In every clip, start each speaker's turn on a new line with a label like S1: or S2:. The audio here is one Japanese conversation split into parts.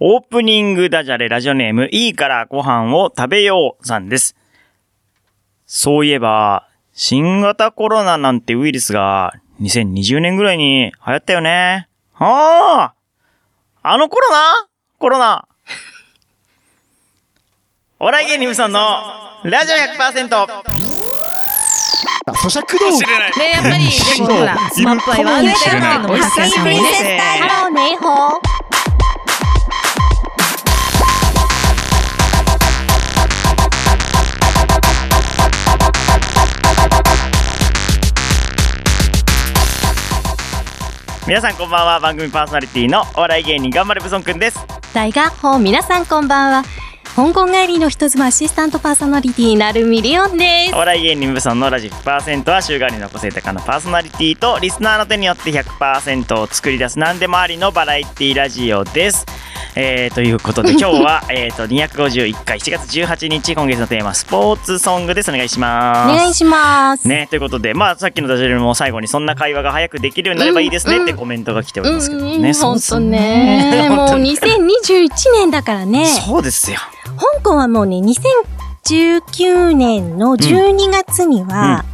S1: オープニングダジャレラジオネーム、いいからご飯を食べようさんです。そういえば、新型コロナなんてウイルスが2020年ぐらいに流行ったよね。あああのコロナコロナお笑い芸人ウさんのラジオ 100%!
S2: 咀嚼道具
S3: ねやっ ぱり、でもほら、スマップアイはね、
S4: いるか
S3: のも発散
S4: プリンセス
S3: ね。
S4: タイムハローネイホー
S1: 皆さんこんばんは、番組パーソナリティのお笑い芸人頑張れブソンくんです。
S4: 大学法皆さんこんばんは香港帰りの人妻アシスタントパーソナリティなるミリオンです
S1: お笑い芸人ブソンのラジ100%は週替わりの個性高のパーソナリティとリスナーの手によって100%を作り出す何でもありのバラエティラジオです。えー、という ことで今日はえーと251回7月18日今月のテーマスポーツソングですお願いし
S4: お
S1: ます。
S4: 願いします
S1: ねということでまあさっきのダジャレも最後にそんな会話が早くできるようになればいいですねってコメントが来ておりますけどね。そう
S4: 本
S1: です
S4: 当ね
S1: 本
S4: も
S1: 当
S4: う
S1: に
S4: 2021年だからね
S1: そうですよ。
S4: 香港はもうね2019年の12月には、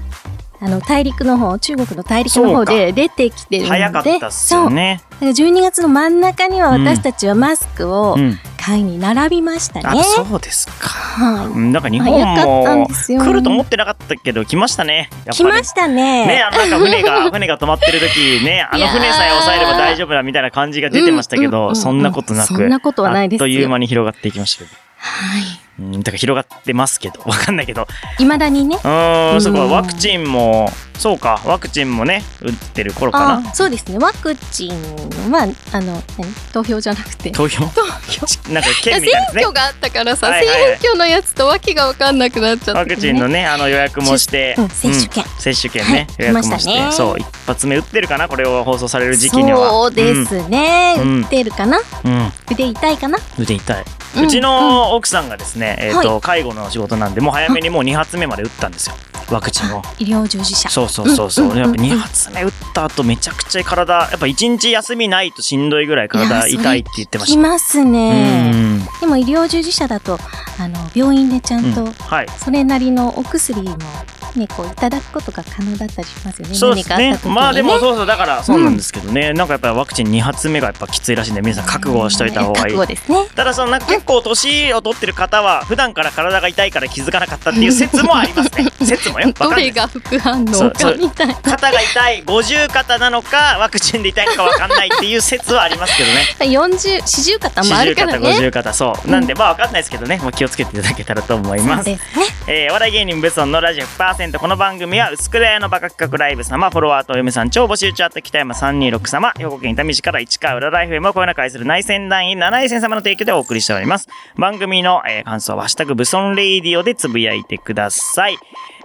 S4: あの大陸の方中国の大陸の方で出てきてるので
S1: 早かったっすよ
S4: そうだ
S1: ね。
S4: から12月の真ん中には
S1: うん
S4: 私たちはマスクを
S1: うん。
S4: 買いに並びましたね、
S1: あそうですか。
S4: は
S1: うんなんか日
S4: い
S1: 本
S4: 早かったん
S1: も
S4: ですよ
S1: 来ると思ってなかったけど来ましたね。やっぱり
S4: 来ましたね
S1: ね、あのなんか船 が、船が止まってる時ね、あ
S4: い
S1: の
S4: やー
S1: 船さえ抑えれば大丈夫だみたいな感じが出てましたけ
S4: うんうんうんう
S1: ど、
S4: ん
S1: そんなことなく。
S4: そんなことはないですよ
S1: あっという間に広がっていきましたけど。
S4: はい
S1: うん、だから広がってますけど、わかんないけど。
S4: 未だにね
S1: うー、
S4: うんん
S1: そこはワクチンも、そうか、ワクチンもね、打ってる頃か
S4: あ
S1: な。
S4: そうですねワクチンはあの何投票じゃなくて
S1: 投票
S3: 投票
S1: ちなんか
S3: いや
S1: 県みた
S3: 選
S1: いですね
S3: 挙。があったからさ、
S1: はいはいはい
S3: 選挙のやつとわけがわかんなくなっちゃった、ね。
S1: ワクチンのね、あの予約もして、
S4: うん接種券
S1: うん接種券ね、
S4: はい
S1: 予約もし
S4: 来ました
S1: て、
S4: ね
S1: そう、一発目打ってるかな、これを放送される時期には。
S4: そうですね、
S1: うん
S4: 打ってるかな
S1: うん。うん
S4: 腕痛いかな
S1: 腕痛い、う
S4: うん
S1: ちの奥さんがですね、えっ、と、介護の仕事なんで、もう早めにもう2発目まで打ったんですよ。ワクチンを。
S4: 医療従事者
S1: そうそうそうそう、
S4: うんうん
S1: やっ
S4: うん
S1: ぱ2発目打った後、めちゃくちゃ体、やっぱ1日休みないとしんどいぐらい体
S4: いや
S1: 痛いって言ってまし
S4: 来
S1: た。
S4: ます
S1: う
S4: ね
S1: ん。
S4: でも医療従事者だとあの病院でちゃん
S1: う
S4: と、
S1: んはい。
S4: それなりのお薬もねこういただくことが可能だったりしますよね
S1: そうですね
S4: 何かあった時にね
S1: まあでもそうそうだからそうなんですけどね、なんかやっぱりワクチン2発目がやっぱきついらしいんで皆さん覚悟をしといた方がいい
S4: 覚悟ですね
S1: ただそのなんか結構年を取ってる方は普段から体が痛いから気づかなかったっていう説もあり ますね説もよわかん
S3: ど
S1: ない
S3: れが副反応
S1: そうそ
S3: か
S1: う
S4: みたいな
S1: 肩が痛い五十肩なのかワクチンで痛いのかわかんないっていう説はありますけどね
S4: 40、40肩も
S1: 四
S4: あ
S1: 十
S4: るか
S1: 肩
S4: ら
S1: 五
S4: ね。
S1: 十肩そうなんでまあわかんないですけどねもう気をつけていただけたらと思い
S4: そ
S1: ま
S4: う
S1: す、
S4: ですね。
S1: えー、お笑い芸人ブソンのラジオ100%この番組は薄倉屋のバカ企画ライブ様フォロワーとお嫁さん超募集中あった北山326様兵庫県伊丹市から市川浦ライフへもこよなく愛する内戦団員7井戦様の提供でお送りしております番組の、えー感想は「ハッシュタグブソンレイディオ」でつぶやいてください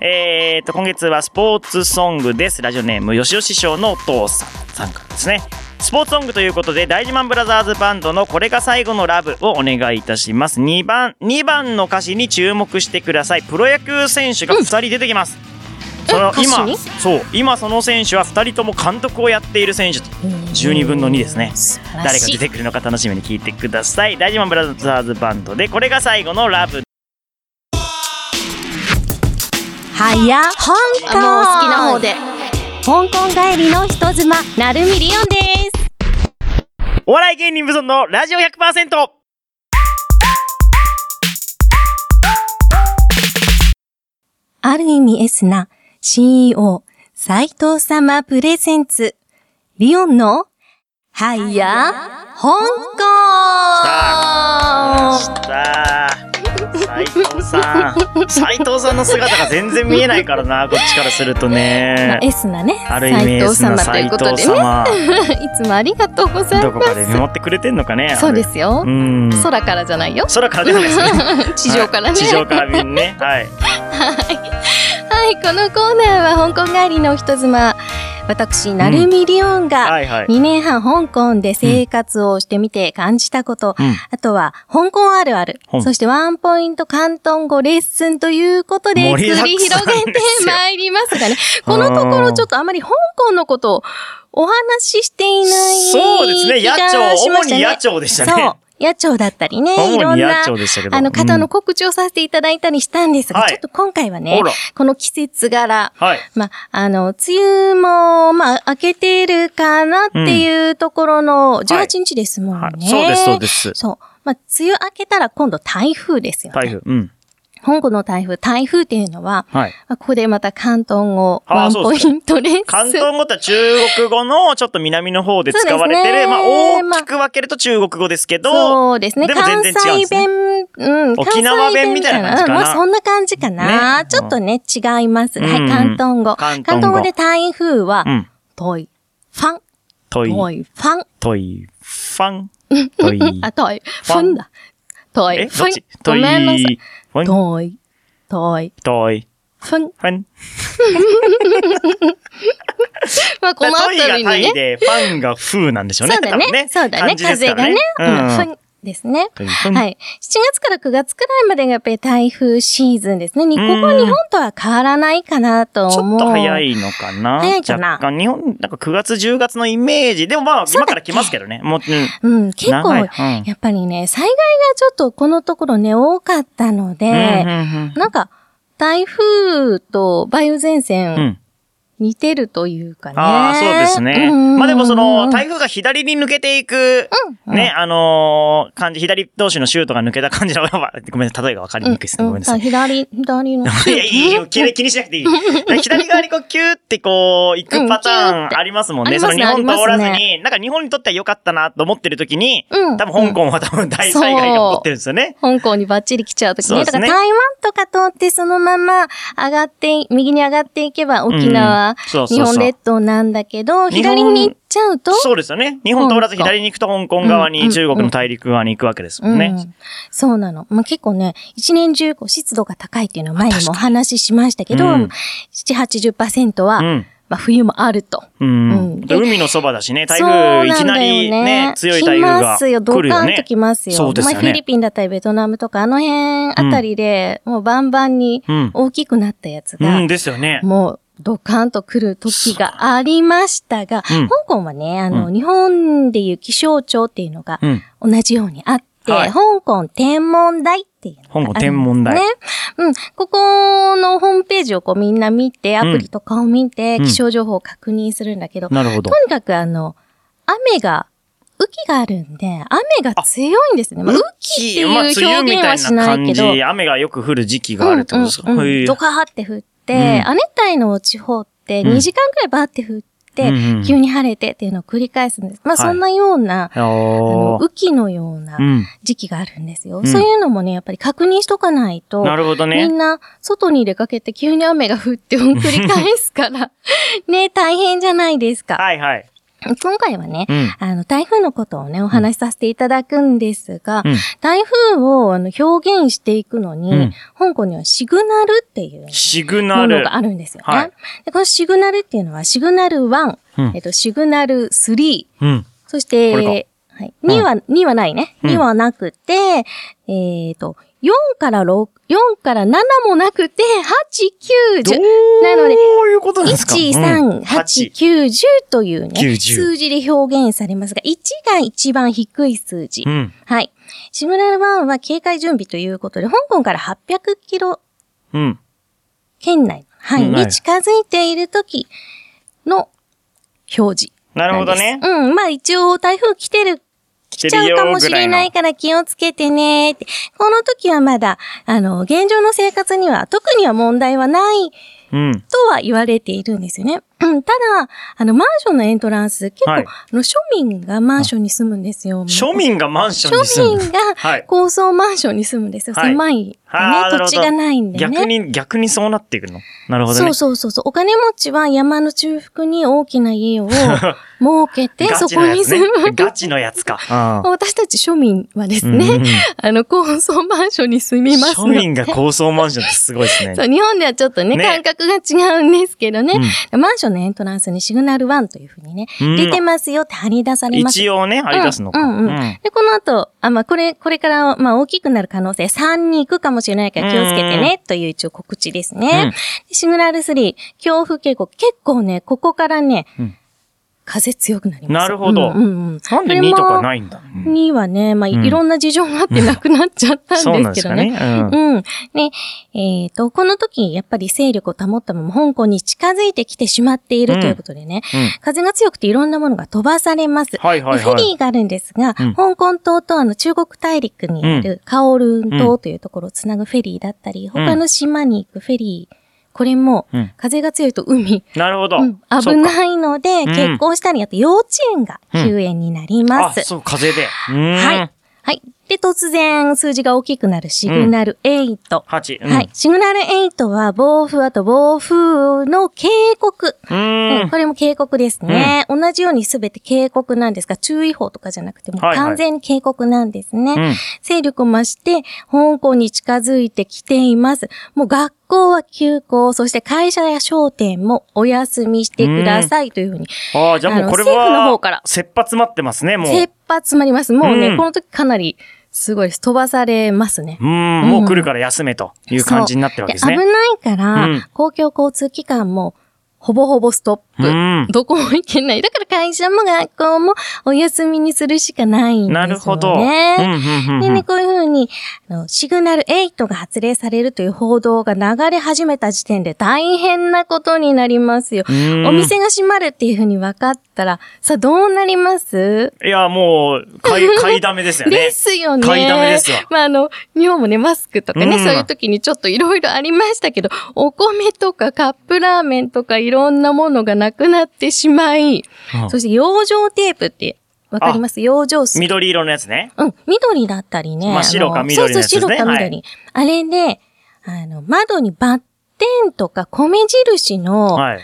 S1: えー、と今月はスポーツソングですラジオネームよしお師匠のお父さんさんからですねスポーツソングということで、大事マンブラザーズバンドのこれが最後のラブをお願いいたします。2番、2番の歌詞に注目してください。プロ野球選手が2人出てきます。その
S4: 歌詞
S1: 今
S4: に
S1: そう今その選手は2人とも監督をやっている選手と12分の2ですね
S4: 素晴ら
S1: 誰が
S4: し
S1: 出
S4: い。
S1: てくるのか楽しみに聞いてください大事マンブラザーズバンドでこれが最後のラブ
S4: はや、香港。
S3: あもう好きな方で。
S4: 香港帰りの人妻、なるみりおんです。
S1: お笑い芸人無存のラジオ100%
S4: ある意味 S な CEO、斉藤様プレゼンツ、リオンの、はや、香港。
S1: さあ斉藤さん斉藤さんの姿が全然見えないからなこっちからすると
S4: まあ
S1: ね
S4: S なね、
S1: ある意味エースな
S3: 斉
S1: 斉
S3: 藤様ということ
S1: 藤
S3: でね
S1: 様
S4: いつもありがとうござい
S1: どこ
S4: ま
S1: か
S4: す。
S1: で見守ってくれてんのかね
S3: そうですよ
S1: あれ、うん
S3: 空からじゃないよ。
S1: 空からでもですね
S3: 地上からね。
S1: 地上から便ねはい
S4: はい、このコーナーは香港帰りの人妻、私、なるみりおんが、
S1: はいはい
S4: 2年半香港で生活をしてみて感じたこと、
S1: うん
S4: あとは、香港あるある
S1: ほん、
S4: そしてワンポイント広東語レッスンということで、繰
S1: 盛り
S4: り
S1: だくさんですよ
S4: 広げてまいります がね、このところちょっとあまり香港のことをお話ししていない
S1: そうですね。
S4: 気が
S1: 野鳥、
S4: しま
S1: 主
S4: したね
S1: に野鳥でしたね。
S4: 野鳥だったりね、い
S1: 主
S4: ろん
S1: に野
S4: な、
S1: 鳥でしたけど。
S4: あの方の
S1: うん
S4: 告知をさせていただいたりしたんですが、
S1: はい
S4: ちょっと今回はね
S1: ほら、
S4: この季節柄、
S1: はい。
S4: まあ、あの、梅雨も、まあ、明けてるかなっていうところの、18日ですもんね。
S1: はいそうです、そうです。
S4: そう。まあ、梅雨明けたら今度台風ですよね。
S1: 台風。うん。
S4: 本国の台風、台風っていうのは、
S1: はい。
S4: まあここでまた関東語、
S1: あー
S4: ワン
S1: そう
S4: ポ
S1: ですね
S4: イントレッスン。
S1: 関東語とは中国語のちょっと南の方で使われて
S4: そうで
S1: る、
S4: すね
S1: まあ大きく分けると中国語ですけど、
S4: そうですね。
S1: でも全然
S4: 関
S1: 違うんで
S4: 西
S1: すね
S4: 弁、うん、
S1: 沖縄弁みたいな感じかな
S4: 関西弁みたいうんもうそんな感じかな。
S1: ね
S4: ちょっとね、違います。は
S1: う
S4: い、
S1: ん
S4: 関東語。
S1: 関東語
S4: で台風は
S1: う、ん。
S4: トイ、ファン、
S1: トイ、
S4: トイ、ファン、
S1: トイ、ファン、トイ、
S4: あ、トイ、
S1: フ
S4: フ
S1: ァン
S4: ンだ。ト
S1: え、
S4: イ、
S1: ど
S4: フ
S1: っ
S4: ン
S1: ち。
S4: ご
S1: トイ、フ
S4: めんなさい。
S1: ァン、
S4: トイ、トイ、
S1: トイ、
S4: フン。
S1: ファン。
S4: まあ、この
S1: トイが
S4: 辺り
S1: タ
S4: に
S1: イ
S4: ね。
S1: で、ファンがフーなんでしょ
S4: そう
S1: うね。多
S4: だ
S1: 分
S4: ね。そうだね。
S1: 感じです
S4: 風
S1: か
S4: が
S1: ら
S4: ね
S1: ね。。
S4: うん、フンですね。
S1: うん。ファン
S4: はい。7月から9月くらいまでがやっぱり台風シーズンですね。にここ
S1: うん
S4: 日本とは変わらないかなと
S1: ちょ
S4: 思う。
S1: っと早いのかな
S4: 早いかな
S1: 若干、日本、なんか9月、10月のイメージ。でもまあ、
S4: そ
S1: 今
S4: うだっけ
S1: から来ますけどね。もう、うん
S4: うん、結構、
S1: 長いうん
S4: やっぱりね、災害がちょっとこのところね、多かったので、
S1: うんうんうん
S4: なんか、台風と梅雨前
S1: う
S4: 線、
S1: ん。
S4: 似てるというかね。
S1: ああ、そうですね。
S4: ん
S1: まあでもその、台風が左に抜けていく、ね、あのー感じ、左同士のシュートが抜けた感じの、 やばいごめん、例えがわかりにくいですね。
S4: う
S1: ご
S4: ん
S1: め
S4: うんん
S1: なさい。
S4: 左、左 の。
S1: いや、いい よ。気に気にしなくていい。左側にこう、キューってこう、行くパターンありますもんね。
S4: うんキ
S1: そ
S4: ュー
S1: の
S4: って
S1: 日本通らず
S4: あります
S1: に、なんか日本にとっては良かったなと思ってる時に、
S4: うん
S1: 多分香港は多分大災害が起こってるんですよね。
S4: 香港にバッチリ来ちゃうとき
S1: そう
S4: ね。
S1: で
S4: だ
S1: す
S4: か
S1: ね
S4: ら台湾とか通ってそのまま上がって、右に上がっていけば沖
S1: うん
S4: 縄、
S1: そうそうそう
S4: 日本列島なんだけど、
S1: 日本
S4: 左に行っちゃうと、
S1: そうですよね。日本通らず左に行くと香港側に、
S4: うん
S1: 中国の大陸側に行くわけですもんね。
S4: うん、そうなの。まあ、結構ね、一年中こう湿度が高いっていうのは前にもお話ししましたけど、
S1: うん
S4: 7、80%は、
S1: うん
S4: まあ、冬もあると。
S1: うん
S4: うん
S1: で海のそばだしね、台
S4: そう
S1: 風
S4: な
S1: い
S4: んだよ
S1: きなりね、強い台風
S4: 来ま
S1: が
S4: すよ、ド
S1: 来るよ
S4: カン
S1: ね
S4: と。来ますよ。
S1: そうですよね
S4: まあフィリピンだったりベトナムとか、あの辺あたりで、もうバンバンに
S1: うん
S4: 大きくなったやつ
S1: う
S4: が、
S1: んですよね。
S4: もうドカンと来る時がありましたが、
S1: うん
S4: 香港はね、あの、
S1: う
S4: 日本でいう気象庁っていうのが
S1: うん。
S4: 同じようにあって、
S1: はい
S4: 香港天文台っていうのがあるんで
S1: 香港
S4: すね。
S1: 天文台
S4: うん。ここのホームページをこうみんな見て、ア
S1: うん
S4: プリとかを見て、
S1: うん
S4: 気象情報を確認するんだけど、
S1: なるほど
S4: と。にかくあの、雨が、雨季があるんで、雨が強いんですね。まあ、雨季っていう
S1: まあ
S4: 表現はしない
S1: 梅雨みたいな感
S4: けど、
S1: じ、雨がよく降る時期があるってことですか。
S4: うんうん
S1: へ
S4: うん
S1: え
S4: ドカーって降って、
S1: うん
S4: 亜熱帯の地方って
S1: うん
S4: 2時間くらいバーって降って、
S1: うんうん
S4: 急に晴れてっていうのを繰り返すんです。まあ、
S1: はい
S4: そんなような、
S1: あ
S4: あの
S1: の、
S4: 雨季のような
S1: うん。
S4: 時期があるんですよ。
S1: うん
S4: そういうのもね、やっぱり確認しとかないと、
S1: なるほど
S4: み
S1: ね。
S4: んな、外に出かけて急に雨が降って繰り返す から、ね、大変じゃないですか。
S1: はいはい。
S4: 今回はね
S1: う、ん。
S4: あの、台風のことをね、お話しさせていただくんですが、
S1: うん
S4: 台風をあの表現していくのに、
S1: うん
S4: 香港にはシグナルっていう
S1: シグナ
S4: もの
S1: ル。
S4: があるんですよね。
S1: はい
S4: でこのシグナルっていうのは、シグナル1、
S1: うん
S4: えっと、シグナル3、
S1: うん。
S4: そし
S1: これ
S4: て、はい、2は、二はないね。
S1: うん
S4: 2はなくて、えっ、と、4から6、4から7もなくて、8、9、
S1: どう
S4: 10。なので
S1: いうことなんですか
S4: 1、
S1: うん
S4: 3、8、9、10というね、
S1: 90
S4: 数字で表現されますが、1が一番低い数字。
S1: うん。
S4: はい。シグナル1は警戒準備ということで、香港から800キロ
S1: うん。
S4: 圏内、はい、
S1: うんはい
S4: に近づいている時の表示。
S1: なるほどね。
S4: うん。まあ一応台風来てる、来
S1: 来
S4: ちゃうかもしれないいから気をつけてねって。この時はまだ、あの、現状の生活には特には問題はない
S1: の。うん。
S4: とは言われているんですよね。 うんただ、あの、マンションのエントランス、結構、
S1: はい
S4: あの、庶民がマンションに住むんですよ。
S1: 庶民がマンションに
S4: 庶
S1: 住む。
S4: 民が
S1: はい
S4: 高層マンションに住むんですよ。
S1: はい
S4: 狭い、ね
S1: あーなるほど
S4: 土地がないんでね。
S1: 逆に、逆にそうなっていくの。なるほど
S4: そ
S1: ね
S4: う。そうそうそう。お金持ちは山の中腹に大きな家 を設けて、
S1: ガ
S4: そ
S1: チ
S4: こ
S1: のや
S4: に
S1: つね
S4: 住む。
S1: ガチのやつか。ああ
S4: 私たち庶民はです
S1: うんうん
S4: ね、あの、高層マンションに住みます
S1: 庶
S4: ので
S1: 民が高層マンションってすごいですね。
S4: そう、日本ではちょっとね、
S1: ね
S4: 感覚が違うんですけどね、マンションのエントランスにシグナル1というふうにね、
S1: うん
S4: 出てますよって貼り出されます。
S1: 一応ね、張り出すのか。
S4: うんうんうんで、この後、あ、まあ、これ、これから、まあ、大きくなる可能性3に行くかもしれないから気をつけてね、という一応告知ですね。
S1: うん
S4: でシグナル3、強風警告。結構ね、ここからね、
S1: うん
S4: 風強くなりま
S1: な
S4: す。
S1: るほど
S4: うんうんうん。
S1: なんで
S4: これ
S1: 2
S4: も
S1: とかないんだ。うん
S4: 2はね、まあ、
S1: うん
S4: いろんな事情があってなくなっちゃった
S1: そうんな
S4: で
S1: ん
S4: す
S1: で
S4: け
S1: す
S4: ど
S1: か
S4: ね。
S1: ね。うん
S4: うん。ね、えっ、と、この時、やっぱり勢力を保ったまま香港に近づいてきてしまってい
S1: うん
S4: るということでね、
S1: うん
S4: 風が強くていろんなものが飛ばされます。
S1: はいはい
S4: でフェ
S1: は
S4: リーがあるんですが、
S1: うん
S4: 香港島とあの中国大陸にあるカオルン島というところをつなぐフェリーだったり、他の島に行くフェリー、これも
S1: うん
S4: 風が強いと海、
S1: い。なるほど。
S4: うん
S1: そう
S4: 危
S1: か
S4: ないので、
S1: ん
S4: 結婚したり、あと幼稚園が休園になりま
S1: あ、
S4: す。
S1: そう、風で。は
S4: はい。。はい。で、突然数字が大きくなるシグナル8。
S1: 8。うん
S4: はい。。シグナル8は暴風、あと暴風の警告。
S1: う
S4: うん
S1: ーん。
S4: これも警告ですね。同じようにすべて警告なんですが、注意報とかじゃなくて、もう
S1: はいはい
S4: 完全に警告なんですね。
S1: うん
S4: 勢力を増して、香港に近づいてきています。もう学校は休校、そして会社や商店もお休みしてくださいというふうに、
S1: ああ、じゃあもうこれは、
S4: あの政府の方から
S1: 切羽詰まってますね、もう。
S4: 切羽詰まります。もうね、
S1: うん
S4: この時かなり、すごいです飛ばされますね。
S1: うーん、もう来るから休めという感じになってるわけで
S4: で
S1: す
S4: 危
S1: ね。
S4: ないから、
S1: うん
S4: 公共交通機関も、ほぼほぼストップ。
S1: うん。
S4: どこも行けない。だから会社も学校もお休みにするしかないんですよね。
S1: なるほど。うんうんう
S4: で
S1: んう
S4: ね、
S1: ん
S4: こういうふうに、あの、シグナル8が発令されるという報道が流れ始めた時点で大変なことになりますよ。
S1: うーん
S4: お店が閉まるっていうふうに分かったら、さあどうなります
S1: いや、もう、買い、買いだめですよね。
S4: ですよね。
S1: 買いだめですわ
S4: まあ、あの、日本もね、マスクとかね、
S1: うん
S4: そういう時にちょっといろいろありましたけど、お米とかカップラーメンとかいろんなものがなくなってしまい、
S1: うん
S4: そして養生テープって、わかります養生水。
S1: 緑色のやつね。
S4: うん、緑だったりね。
S1: まあ
S4: の
S1: 白か緑のやつですね
S4: そうそう、白か緑。
S1: は
S4: あれで、あの、窓にバッテンとか米印の
S1: はい。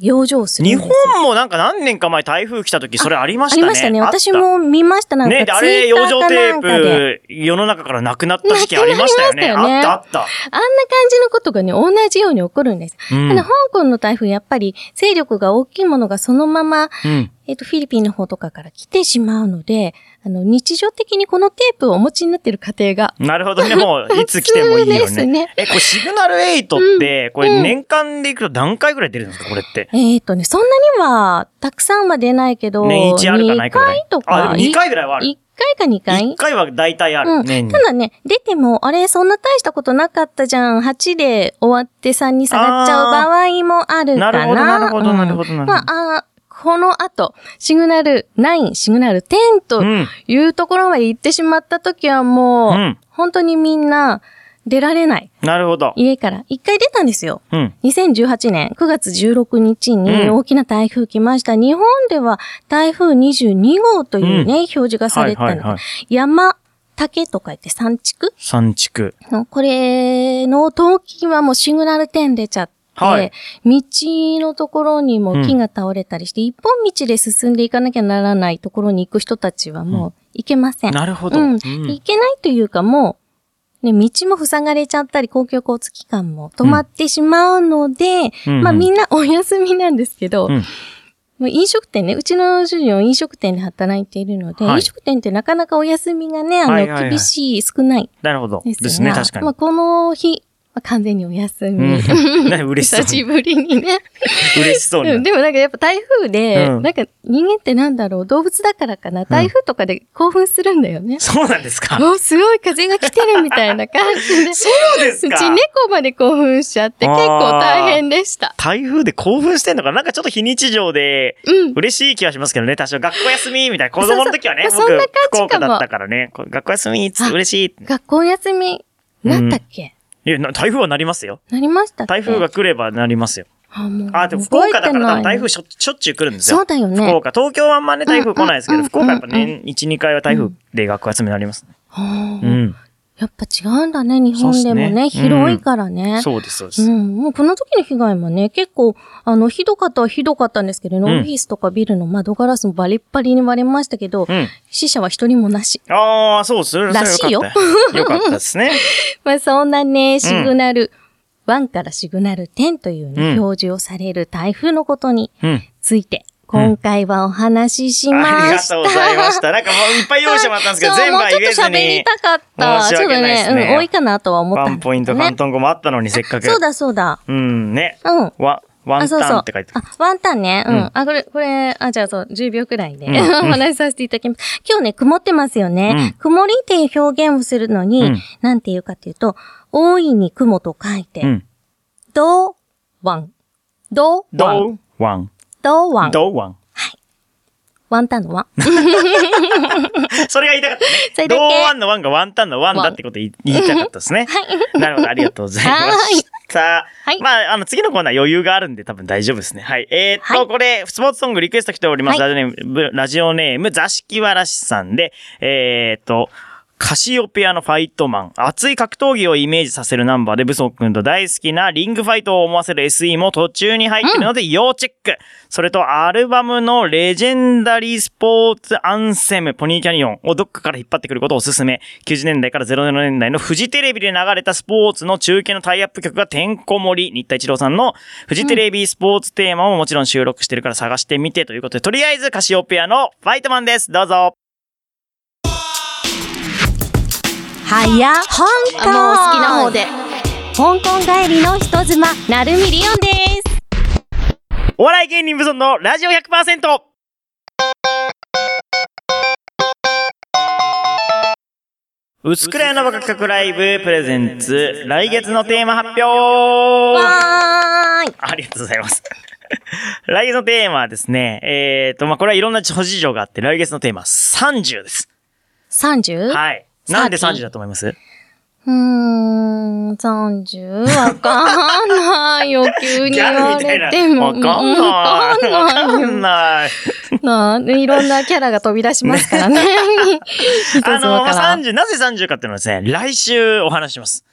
S4: 養生水。
S1: 日本もなんか何年か前台風来た時それありま
S4: あ
S1: した
S4: り
S1: ね。
S4: ましたね。
S1: あっ
S4: 私も見ました。なんか、
S1: ねであれ、
S4: ツイッタ
S1: 養
S4: ー
S1: 生
S4: か
S1: テ
S4: なんかで。
S1: ープ、世の中からなくなった時期ありましたよね。
S4: なく
S1: あ
S4: なり
S1: っ
S4: ましたよね
S1: たあった。
S4: あんな感じのことがね、同じように起こるんです。
S1: うん
S4: ただ、香港の台風、やっぱり勢力が大きいものがそのまま、
S1: うん。
S4: えっ、と、フィリピンの方とかから来てしまうので、あの、日常的にこのテープをお持ちになってる家庭が、
S1: なるほどね。もう、いつ来てもいい
S4: 普
S1: よ
S4: 通です
S1: ね。
S4: ね。
S1: え、これシグナル8って、これ年間でいくと何回ぐらい出るんですかこれって。
S4: えっ、とね、そんなには、たくさんは出ないけど、
S1: 年1あるかないかぐらい
S4: 2回と
S1: あ、で
S4: か、
S1: も2回ぐらいはある。
S4: 1回か2回
S1: 1回は大体あ
S4: う
S1: る。
S4: ん
S1: 年に
S4: た。だね、出ても、あれ、そんな大したことなかったじゃん。8で終わって3に下がっちゃう場合もある
S1: な
S4: かな。
S1: るほど、なるほど、なるほど、
S4: う
S1: なんる
S4: ま
S1: ほ
S4: あ、あーこの後、シグナル9、シグナル10
S1: ど。
S4: と
S1: うん。
S4: いうところまで行ってしまった時はもう、
S1: うん
S4: 本当にみんな出られない。
S1: なるほど。
S4: 家から。一回出たんですよ。
S1: うん。
S4: 2018年9月16日に
S1: うん
S4: 大きな台風来ました。日本では台風22号とい
S1: う
S4: うね、
S1: ん
S4: 表示がされてたの、
S1: はいはいはい
S4: 山、竹とか言って山畜
S1: 三畜。
S4: のこれの冬季はもうシグナル10出ちゃって、
S1: はい
S4: 道のところにも木が倒れたりして、一本道で進んでいかなきゃならないところに行く人たちはもう行けません。
S1: なるほど。
S4: うん
S1: うん
S4: 行けないというかもう、ね、道も塞がれちゃったり、公共交通機関も止まってしまうので、
S1: うん
S4: まあみんなお休みなんですけど、
S1: うん
S4: もう飲食店ね、うちの主人は飲食店で働いているので、
S1: はい
S4: 飲食店ってなかなかお休みがね、あの、
S1: はいはいはい
S4: 厳しい、少ない
S1: なるほど。
S4: で
S1: です
S4: が
S1: すね、確かに
S4: まあ。この日、まあ、完全にお休み。
S1: うん。 ね嬉しそう
S4: 久し
S1: に。
S4: ぶりにね。
S1: 嬉しそう
S4: うん
S1: に。
S4: でもなんかやっぱ台風で、
S1: うん
S4: なんか人間ってなんだろう、動物だからかな、台風とかで興奮するんだよね。
S1: そうなんですか。
S4: おすごい風が来てるみたいな感じ で。そう
S1: ですか
S4: うち猫まで興奮しちゃって
S1: あー
S4: 結構大変でした。
S1: 台風で興奮してんのかななんかちょっと非日常で、
S4: うん。
S1: 嬉しい気はしますけどね、多少。学校休みみたいな。子供の時はね、
S4: そうそうまあそんな感じ
S1: 僕、福
S4: かも
S1: 岡だったからね。こう学校休みっつって
S4: あ
S1: 嬉しいって。
S4: 学校休み、なったっけ、
S1: いや、な台風はなりますよ。
S4: なりましたっけ
S1: 台風が。来ればなりますよ。
S4: あ、もう。
S1: あ、でも福岡だから多分台風
S4: し
S1: しょしょっちゅう来るんですよ。
S4: そうだよ
S1: 福
S4: ね。
S1: 岡。東京はあんまね、台風来ないですけど、
S4: うんうん
S1: 福岡はやっぱ年1、2回は台風で学校休みになりますね。
S4: はあ
S1: うん。
S4: やっぱ違うんだね、日本でも
S1: そ
S4: ね。
S1: うっすね
S4: 広いからね。
S1: そうです、そうで
S4: う
S1: す。
S4: ん、もうこの時の被害もね、結構、あの、ひどかったはひどかったんですけどね、
S1: うん
S4: オフィスとかビルの窓ガラスもバリッバリに割れましたけど、
S1: うん。
S4: 死者は一人もなし。
S1: ああ、そうです。それ
S4: らしいよ
S1: それはよかったよ。よかったです ね。
S4: まあそんなね、シグナル1からシグナル10というね、
S1: うん
S4: 表示をされる台風のことに
S1: うん。
S4: ついて、今回はお話しし
S1: あり
S4: ま
S1: が
S4: した。
S1: とうございました。なんかもういっぱい用意してもらったんですけど、
S4: そう
S1: 全部は言えず
S4: もうちょっと喋り
S1: に。
S4: たかった。
S1: 申し
S4: ちょっと
S1: 訳ないですね
S4: ね、うん、多いかなとは思った
S1: ワ
S4: んだ
S1: ン
S4: けど、
S1: ポイント、関東語もあったのに、せっかく。
S4: そうだそうだ。
S1: うん、ね。
S4: うん。
S1: わ、ワン
S4: あ、そう
S1: タ
S4: そ
S1: ン
S4: う
S1: って書いてあ
S4: あ
S1: る。、
S4: ワンタンね。うん。
S1: うん
S4: あ、これ、これ、あ、じゃあそう、10秒くらいで、
S1: うん
S4: お話しさせていただきます。今日ね、曇ってますよね。
S1: うん
S4: 曇りっていう表現をするのに、
S1: うん
S4: なんていうかっていうと、大いに雲と書いて、
S1: うん。
S4: ど、わん。ど、わん。
S1: ドーワン。
S4: ど、わん。
S1: ドーワン。
S4: ワンタンのワン。
S1: それが言いたかったね。
S4: それだ
S1: ド
S4: け。
S1: ーワンのワンがワンタンのワンだってこと言い言いたかったですね。なるほど、ありがとうございました。
S4: はい
S1: まあ、あの、次のコーナー余裕があるんで多分大丈夫ですね。はい。えー、っと、
S4: はい
S1: これ、スポーツソングリクエスト来ております。ラ
S4: は
S1: ジオネーム、ラジオネーム、座敷わらしさんで、えー、っと、カシオペアのファイトマン。熱い格闘技をイメージさせるナンバーで、武装君と大好きなリングファイトを思わせる SE も途中に入ってるので、要チェック、それと、アルバムのレジェンダリースポーツアンセム、ポニーキャニオンをどっかから引っ張ってくることをおすすめ。90年代から0年代のフジテレビで流れたスポーツの中継のタイアップ曲がてんこ盛り。新田一郎さんのフジテレビスポーツテーマももちろん収録してるから探してみてということで、とりあえずカシオペアのファイトマンです。どうぞ。
S4: はや、香港。
S3: もう好きな方。で。
S4: 香港帰りの人妻、なるみりおんです。
S1: お笑い芸人無尊のラジオ 100%! 薄暗屋のバカ企画ライブプレゼンツ来月のテーマ発表
S4: わーい。
S1: ありがとうございます。 来月のテーマはですね、えっ、と、まあ、これはいろんな諸事情があって、来月のテーマは30です。
S4: 30?
S1: はい。なんで
S4: 30
S1: 30だと思います
S4: うーん、30? わかんないよ、急に
S1: ギ
S4: 言
S1: ャ
S4: わ
S1: ルみたいな。
S4: れても。
S1: わかんない。わ かんない。
S4: なあいろんなキャラが飛び出しますからね。一つ
S1: あ
S4: わ
S1: の、ま
S4: から
S1: あ、
S4: ん。
S1: 30、なぜ30かっていうのはですね、来週お話しします。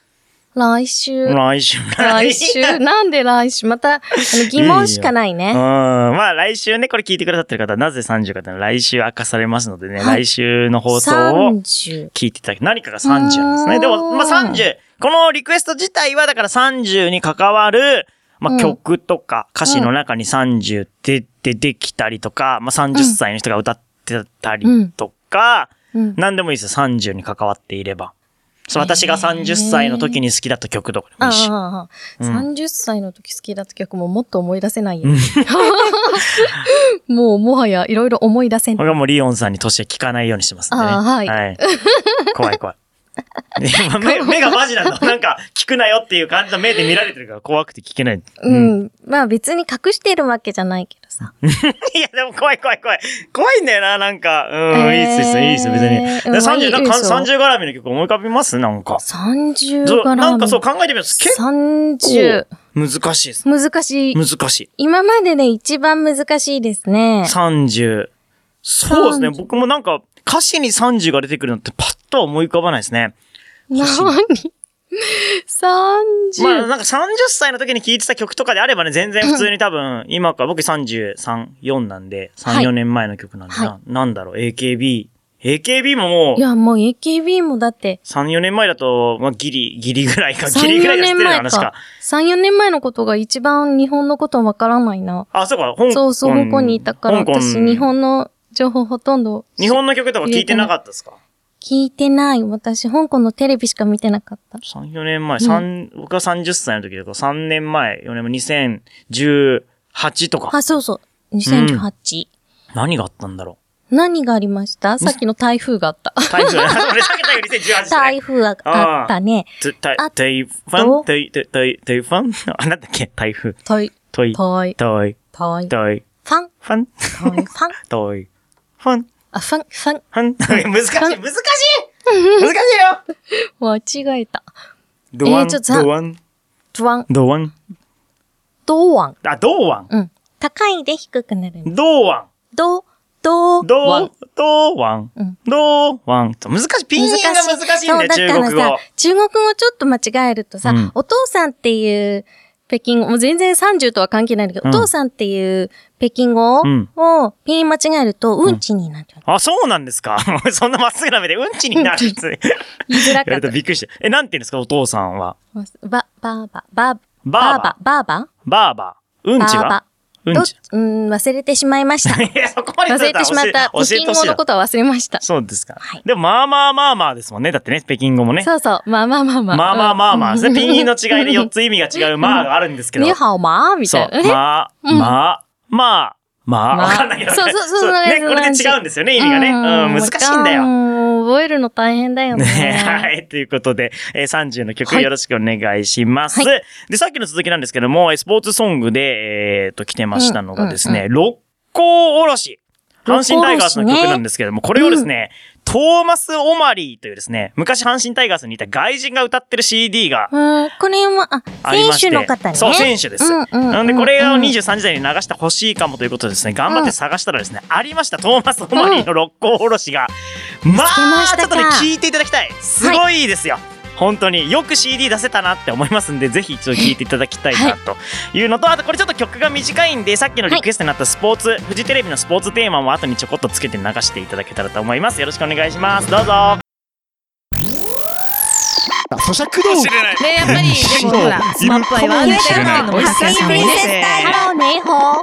S4: 来週。
S1: 来週。
S4: 来週。なんで来週また、あの疑問しかな い
S1: うん。
S4: ね。
S1: まあ来週ね、これ聞いてくださってる方は、なぜ30かっていうのは来週明かされますのでね、
S4: はい
S1: 来週の放送を
S4: 30。
S1: 聞いていただき、何かが30なんです
S4: うー
S1: ね。
S4: ん
S1: でも、まあ30、このリクエスト自体はだから30に関わる、ま
S4: う
S1: あ
S4: ん
S1: 曲とか歌詞の中に30って出てきたりとか、まあ30歳の人が歌ってたりとか、
S4: うん。
S1: 何でもいいですよ、30に関わっていれば。そう、私が30歳の時に好きだった曲とかでもいいし。
S4: ああ、
S1: うん
S4: 30歳の時好きだった曲ももっと思い出せないよ。 もうもはやいろいろ思い出せ
S1: こ
S4: ない。
S1: れはもうリオンさんに年は聞かないようにしてますんでね。
S4: あーはい
S1: い。怖い怖 い。今目目がマジなんだ。なんか、聞くなよっていう感じの目で見られてるから怖くて聞けない。
S4: う
S1: うん
S4: ん。まあ別に隠してるわけじゃないけどさ。
S1: いや、でも怖い怖い怖い。怖いんだよな、なんか。うん、い
S4: え
S1: い
S4: ー
S1: っすよ、いいっすよ、別に。
S4: うん
S1: で
S4: まあいい
S1: 30、なんか
S4: いいでしょう
S1: 30絡みの曲思い浮かびますなんか。
S4: 30
S1: そう、
S4: から
S1: なんかそう考えてみると結
S4: 30。
S1: 構難しいです。
S4: 難しい。
S1: 難しい。
S4: 今までで一番難しいですね。
S1: 30。そうですね。
S4: 30
S1: 僕もなんか、歌詞に30が出てくるのってパッとは思い浮かばないですね。
S4: な に ?30。
S1: まあなんか30歳の時に聴いてた曲とかであればね、全然普通に多分、今から僕33、4なんで、
S4: は
S1: 3、
S4: い
S1: 4年前の曲なんで、
S4: は
S1: ななんだろう、AKB。AKB もも、
S4: いうや、もう AKB もだって、
S1: 3、4年前だと、まあギリ、ギリぐらいか、ギ
S4: 3、
S1: リぐら
S4: 4
S1: いが失
S4: 年
S1: 礼な
S4: 前
S1: 話か
S4: か。。3、4年前のことが一番日本のことわからないな。
S1: あ、そうか、香港。
S4: そうそう、香港にいたから、
S1: 香港
S4: 私、日。本の情報ほとんど
S1: 日本の曲とか聴いてなかったですか
S4: 聞いてない。私、香港のテレビしか見てなかった。
S1: ?3、4年前、三僕は30歳の時だから、3年前、4年前、2018とか。
S4: あ、そうそう、2018。
S1: 何があったんだろ
S4: 何がありましたさっきの台風があ った。
S1: う。台風。俺、避けたよ、2018ですね。
S4: 台風があったね。
S1: トイ、
S4: あ
S1: トイファ
S4: ど
S1: ン、トイ、トイ、トイ、トイファン あ、なんだっけ台風。
S4: 台、
S1: トイ、
S4: 台、
S1: トイ、
S4: 台、
S1: トイ、
S4: ファン、
S1: ファン、
S4: 台、ファン、
S1: トイ、ファン、
S4: あ、ファン、ファン。
S1: ファン。難しい、難しい難しいよ
S4: 間違えた。
S1: ドワン、
S4: ちょっとさ
S1: ドワン、
S4: ドワン、
S1: ドワン。
S4: ドワン。
S1: あ、ドワン。
S4: うん。高いで低くなる。
S1: ドワ
S4: ド、ド
S1: ン。ド
S4: ワン。
S1: ドワン
S4: うん。
S1: ドワン。難しい。ピン音が難しいんだよ、中国
S4: そうだから
S1: 語
S4: さ。、中国語ちょっと間違えるとさ、
S1: うん
S4: お父さんっていう北京語、もう全然30とは関係ないんだけど、
S1: うん
S4: お父さんっていう北京語
S1: うん
S4: をピン間違えると、うんちになっちゃう。
S1: あ、そうなんですか そんなまっすぐな目でうんちになるっつって。
S4: 言いづら
S1: や
S4: かっ
S1: ると
S4: た。
S1: びっくりして。え、なんて言うんですか、お父さんは。
S4: ば、ばあば、ばあば、
S1: ばあば
S4: ばあば、ばあば、
S1: ばあば。うんちは
S4: ばあば
S1: うん
S4: ど
S1: ち。
S4: うーん、忘れてしまいました。
S1: いや、そこまで
S4: 忘れてしまった。
S1: 教え教
S4: 北
S1: えて
S4: 京
S1: ほしいな
S4: 語のことは忘れました。
S1: そうですか
S4: はい。
S1: でも、まあまあまあまあですもんね。だってね、北京語もね。
S4: そうそう。まあまあまあまあ。
S1: まあまあまあま あ。
S4: うん
S1: それピンギンの違いで4つ意味が違う、まあがあるんですけど
S4: ニ。ハオマーみ
S1: そ
S4: たいうな。。ね
S1: まあ、まあ、まあ、まあ、
S4: まあ
S1: わかんないけどね。
S4: そうそうそうそれ
S1: ね、これで
S4: それ
S1: 違うんですよね、意味がね。うん、難しいんだよ。
S4: もう覚えるの大変だよね。
S1: ね はい。ということで、えー30の曲
S4: はい
S1: よろしくお願いします。
S4: は
S1: で、さっきの続きなんですけども、えースポーツソングで、えーっと、来てましたのがですね、六甲おろし。阪神タイガースの曲なんですけれども、これをですね、トーマス・オマリーというですね、昔阪神タイガースにいた外人が歌ってる CD が
S4: うん、これも、あ、
S1: あり
S4: 選
S1: まして
S4: 手の方ね。
S1: そう、選手です。
S4: うんうんうん
S1: なんで、これを23時台に流してほしいかもということでですね、頑張って探したらですね、ありました、トーマス・オマリーの六甲おろしが。ま
S4: つけま
S1: あ
S4: し、
S1: ちょ
S4: た
S1: っ
S4: か
S1: とね、聞いていただきたい。すごいですよ。本当によく CD 出せたなって思いますんで、ぜひ一度聞いていただきたいなというのと、あとこれちょっと曲が短いんで、さっきのリクエストになったスポーツ、フジテレビのスポーツテーマも後にちょこっとつけて流していただけたらと思います。よろしくお願いします。どうぞ。
S2: 咀嚼道
S5: で、やっぱり、でもほら、スマップは言わない
S1: 言わない
S5: お久しぶりです。
S4: ハローネイホー。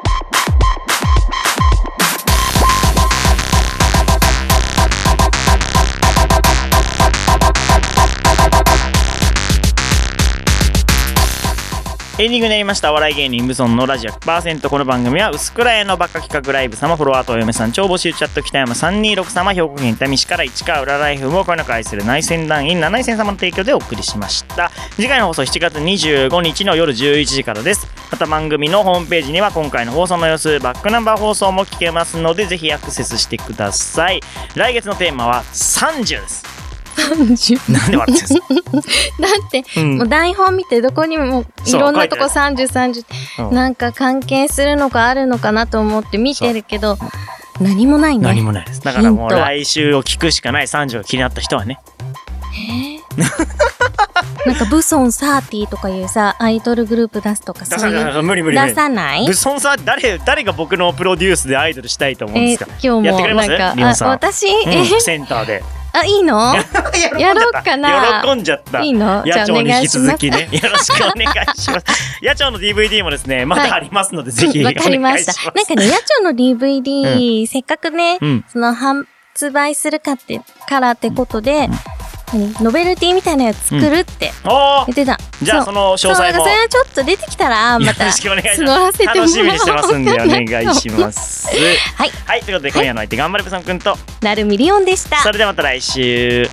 S1: エンディングになりました。お笑い芸人ブソンのラジオ100%。この番組は、薄暗へのバカ企画ライブ様、フォロワーとお嫁さん、超募集チャット、北山326様、兵庫県伊丹市から市川裏ライフも、この愛する内戦団員7戦様の提供でお送りしました。次回の放送7月25日の夜11時からです。また番組のホームページには、今回の放送の様子、バックナンバー放送も聞けますので、ぜひアクセスしてください。来月のテーマは、30です。 なんで笑ってるんです
S4: だって、
S1: か、うん
S4: もう台本見てどこにもい
S1: そう
S4: ろんなとこ
S1: 書いて
S4: 30、30
S1: う
S4: っ
S1: ん
S4: てなんか関係するのかあるのかなと思って見てるけど、何もないね。
S1: 何もないです。だからもう
S4: ヒントは
S1: 来週を聞くしかない30が気になった人はね。
S4: なんかブソンサーティーとかいうさ、アイドルグループ出すとか
S1: 出
S4: そ
S1: さ
S4: ういう。
S1: ない無理無理無
S4: 出
S1: 理。
S4: さない
S1: ブソンさん誰誰が僕のプロデュースでアイドルしたいと思うん
S4: え
S1: で
S4: ー
S1: すか。
S4: 今
S1: やって
S4: 日
S1: くれ
S4: も
S1: ます
S4: なん
S1: リオンさ
S4: か、
S1: ん
S4: あ、私、
S1: うん
S4: え、
S1: センターで
S4: あ、いい の
S1: 喜んじゃ
S4: や
S1: った
S4: ろうかな
S1: 喜んじゃった
S4: いいのじゃ
S1: 野
S4: あ
S1: 鳥
S4: お
S1: に
S4: 願
S1: 引き
S4: いしま
S1: 続
S4: す。
S1: きねよろしくお願いし ます野鳥の DVD もですねまだありますので、ぜひ お願
S4: わ
S1: いしま
S4: か
S1: す
S4: りました。なんかね、野鳥の DVD、せっかくね、
S1: うん
S4: その発売するかって、からってことで、何ノベルティみたいなやつ作るって
S1: おー
S4: 言ってた。
S1: じゃあ
S4: そ
S1: そうの詳
S4: そう、な
S1: 細
S4: んか
S1: も
S4: それはちょっと出てきたら、また、
S1: よろしくお願いします
S4: 募らせてもらおう。
S1: 楽しみにしてますんでお願いし
S4: す。
S1: ますはい、はい、ということで今夜の相手頑張れブソンくんと
S4: なるミリオンでした。
S1: それではまた来週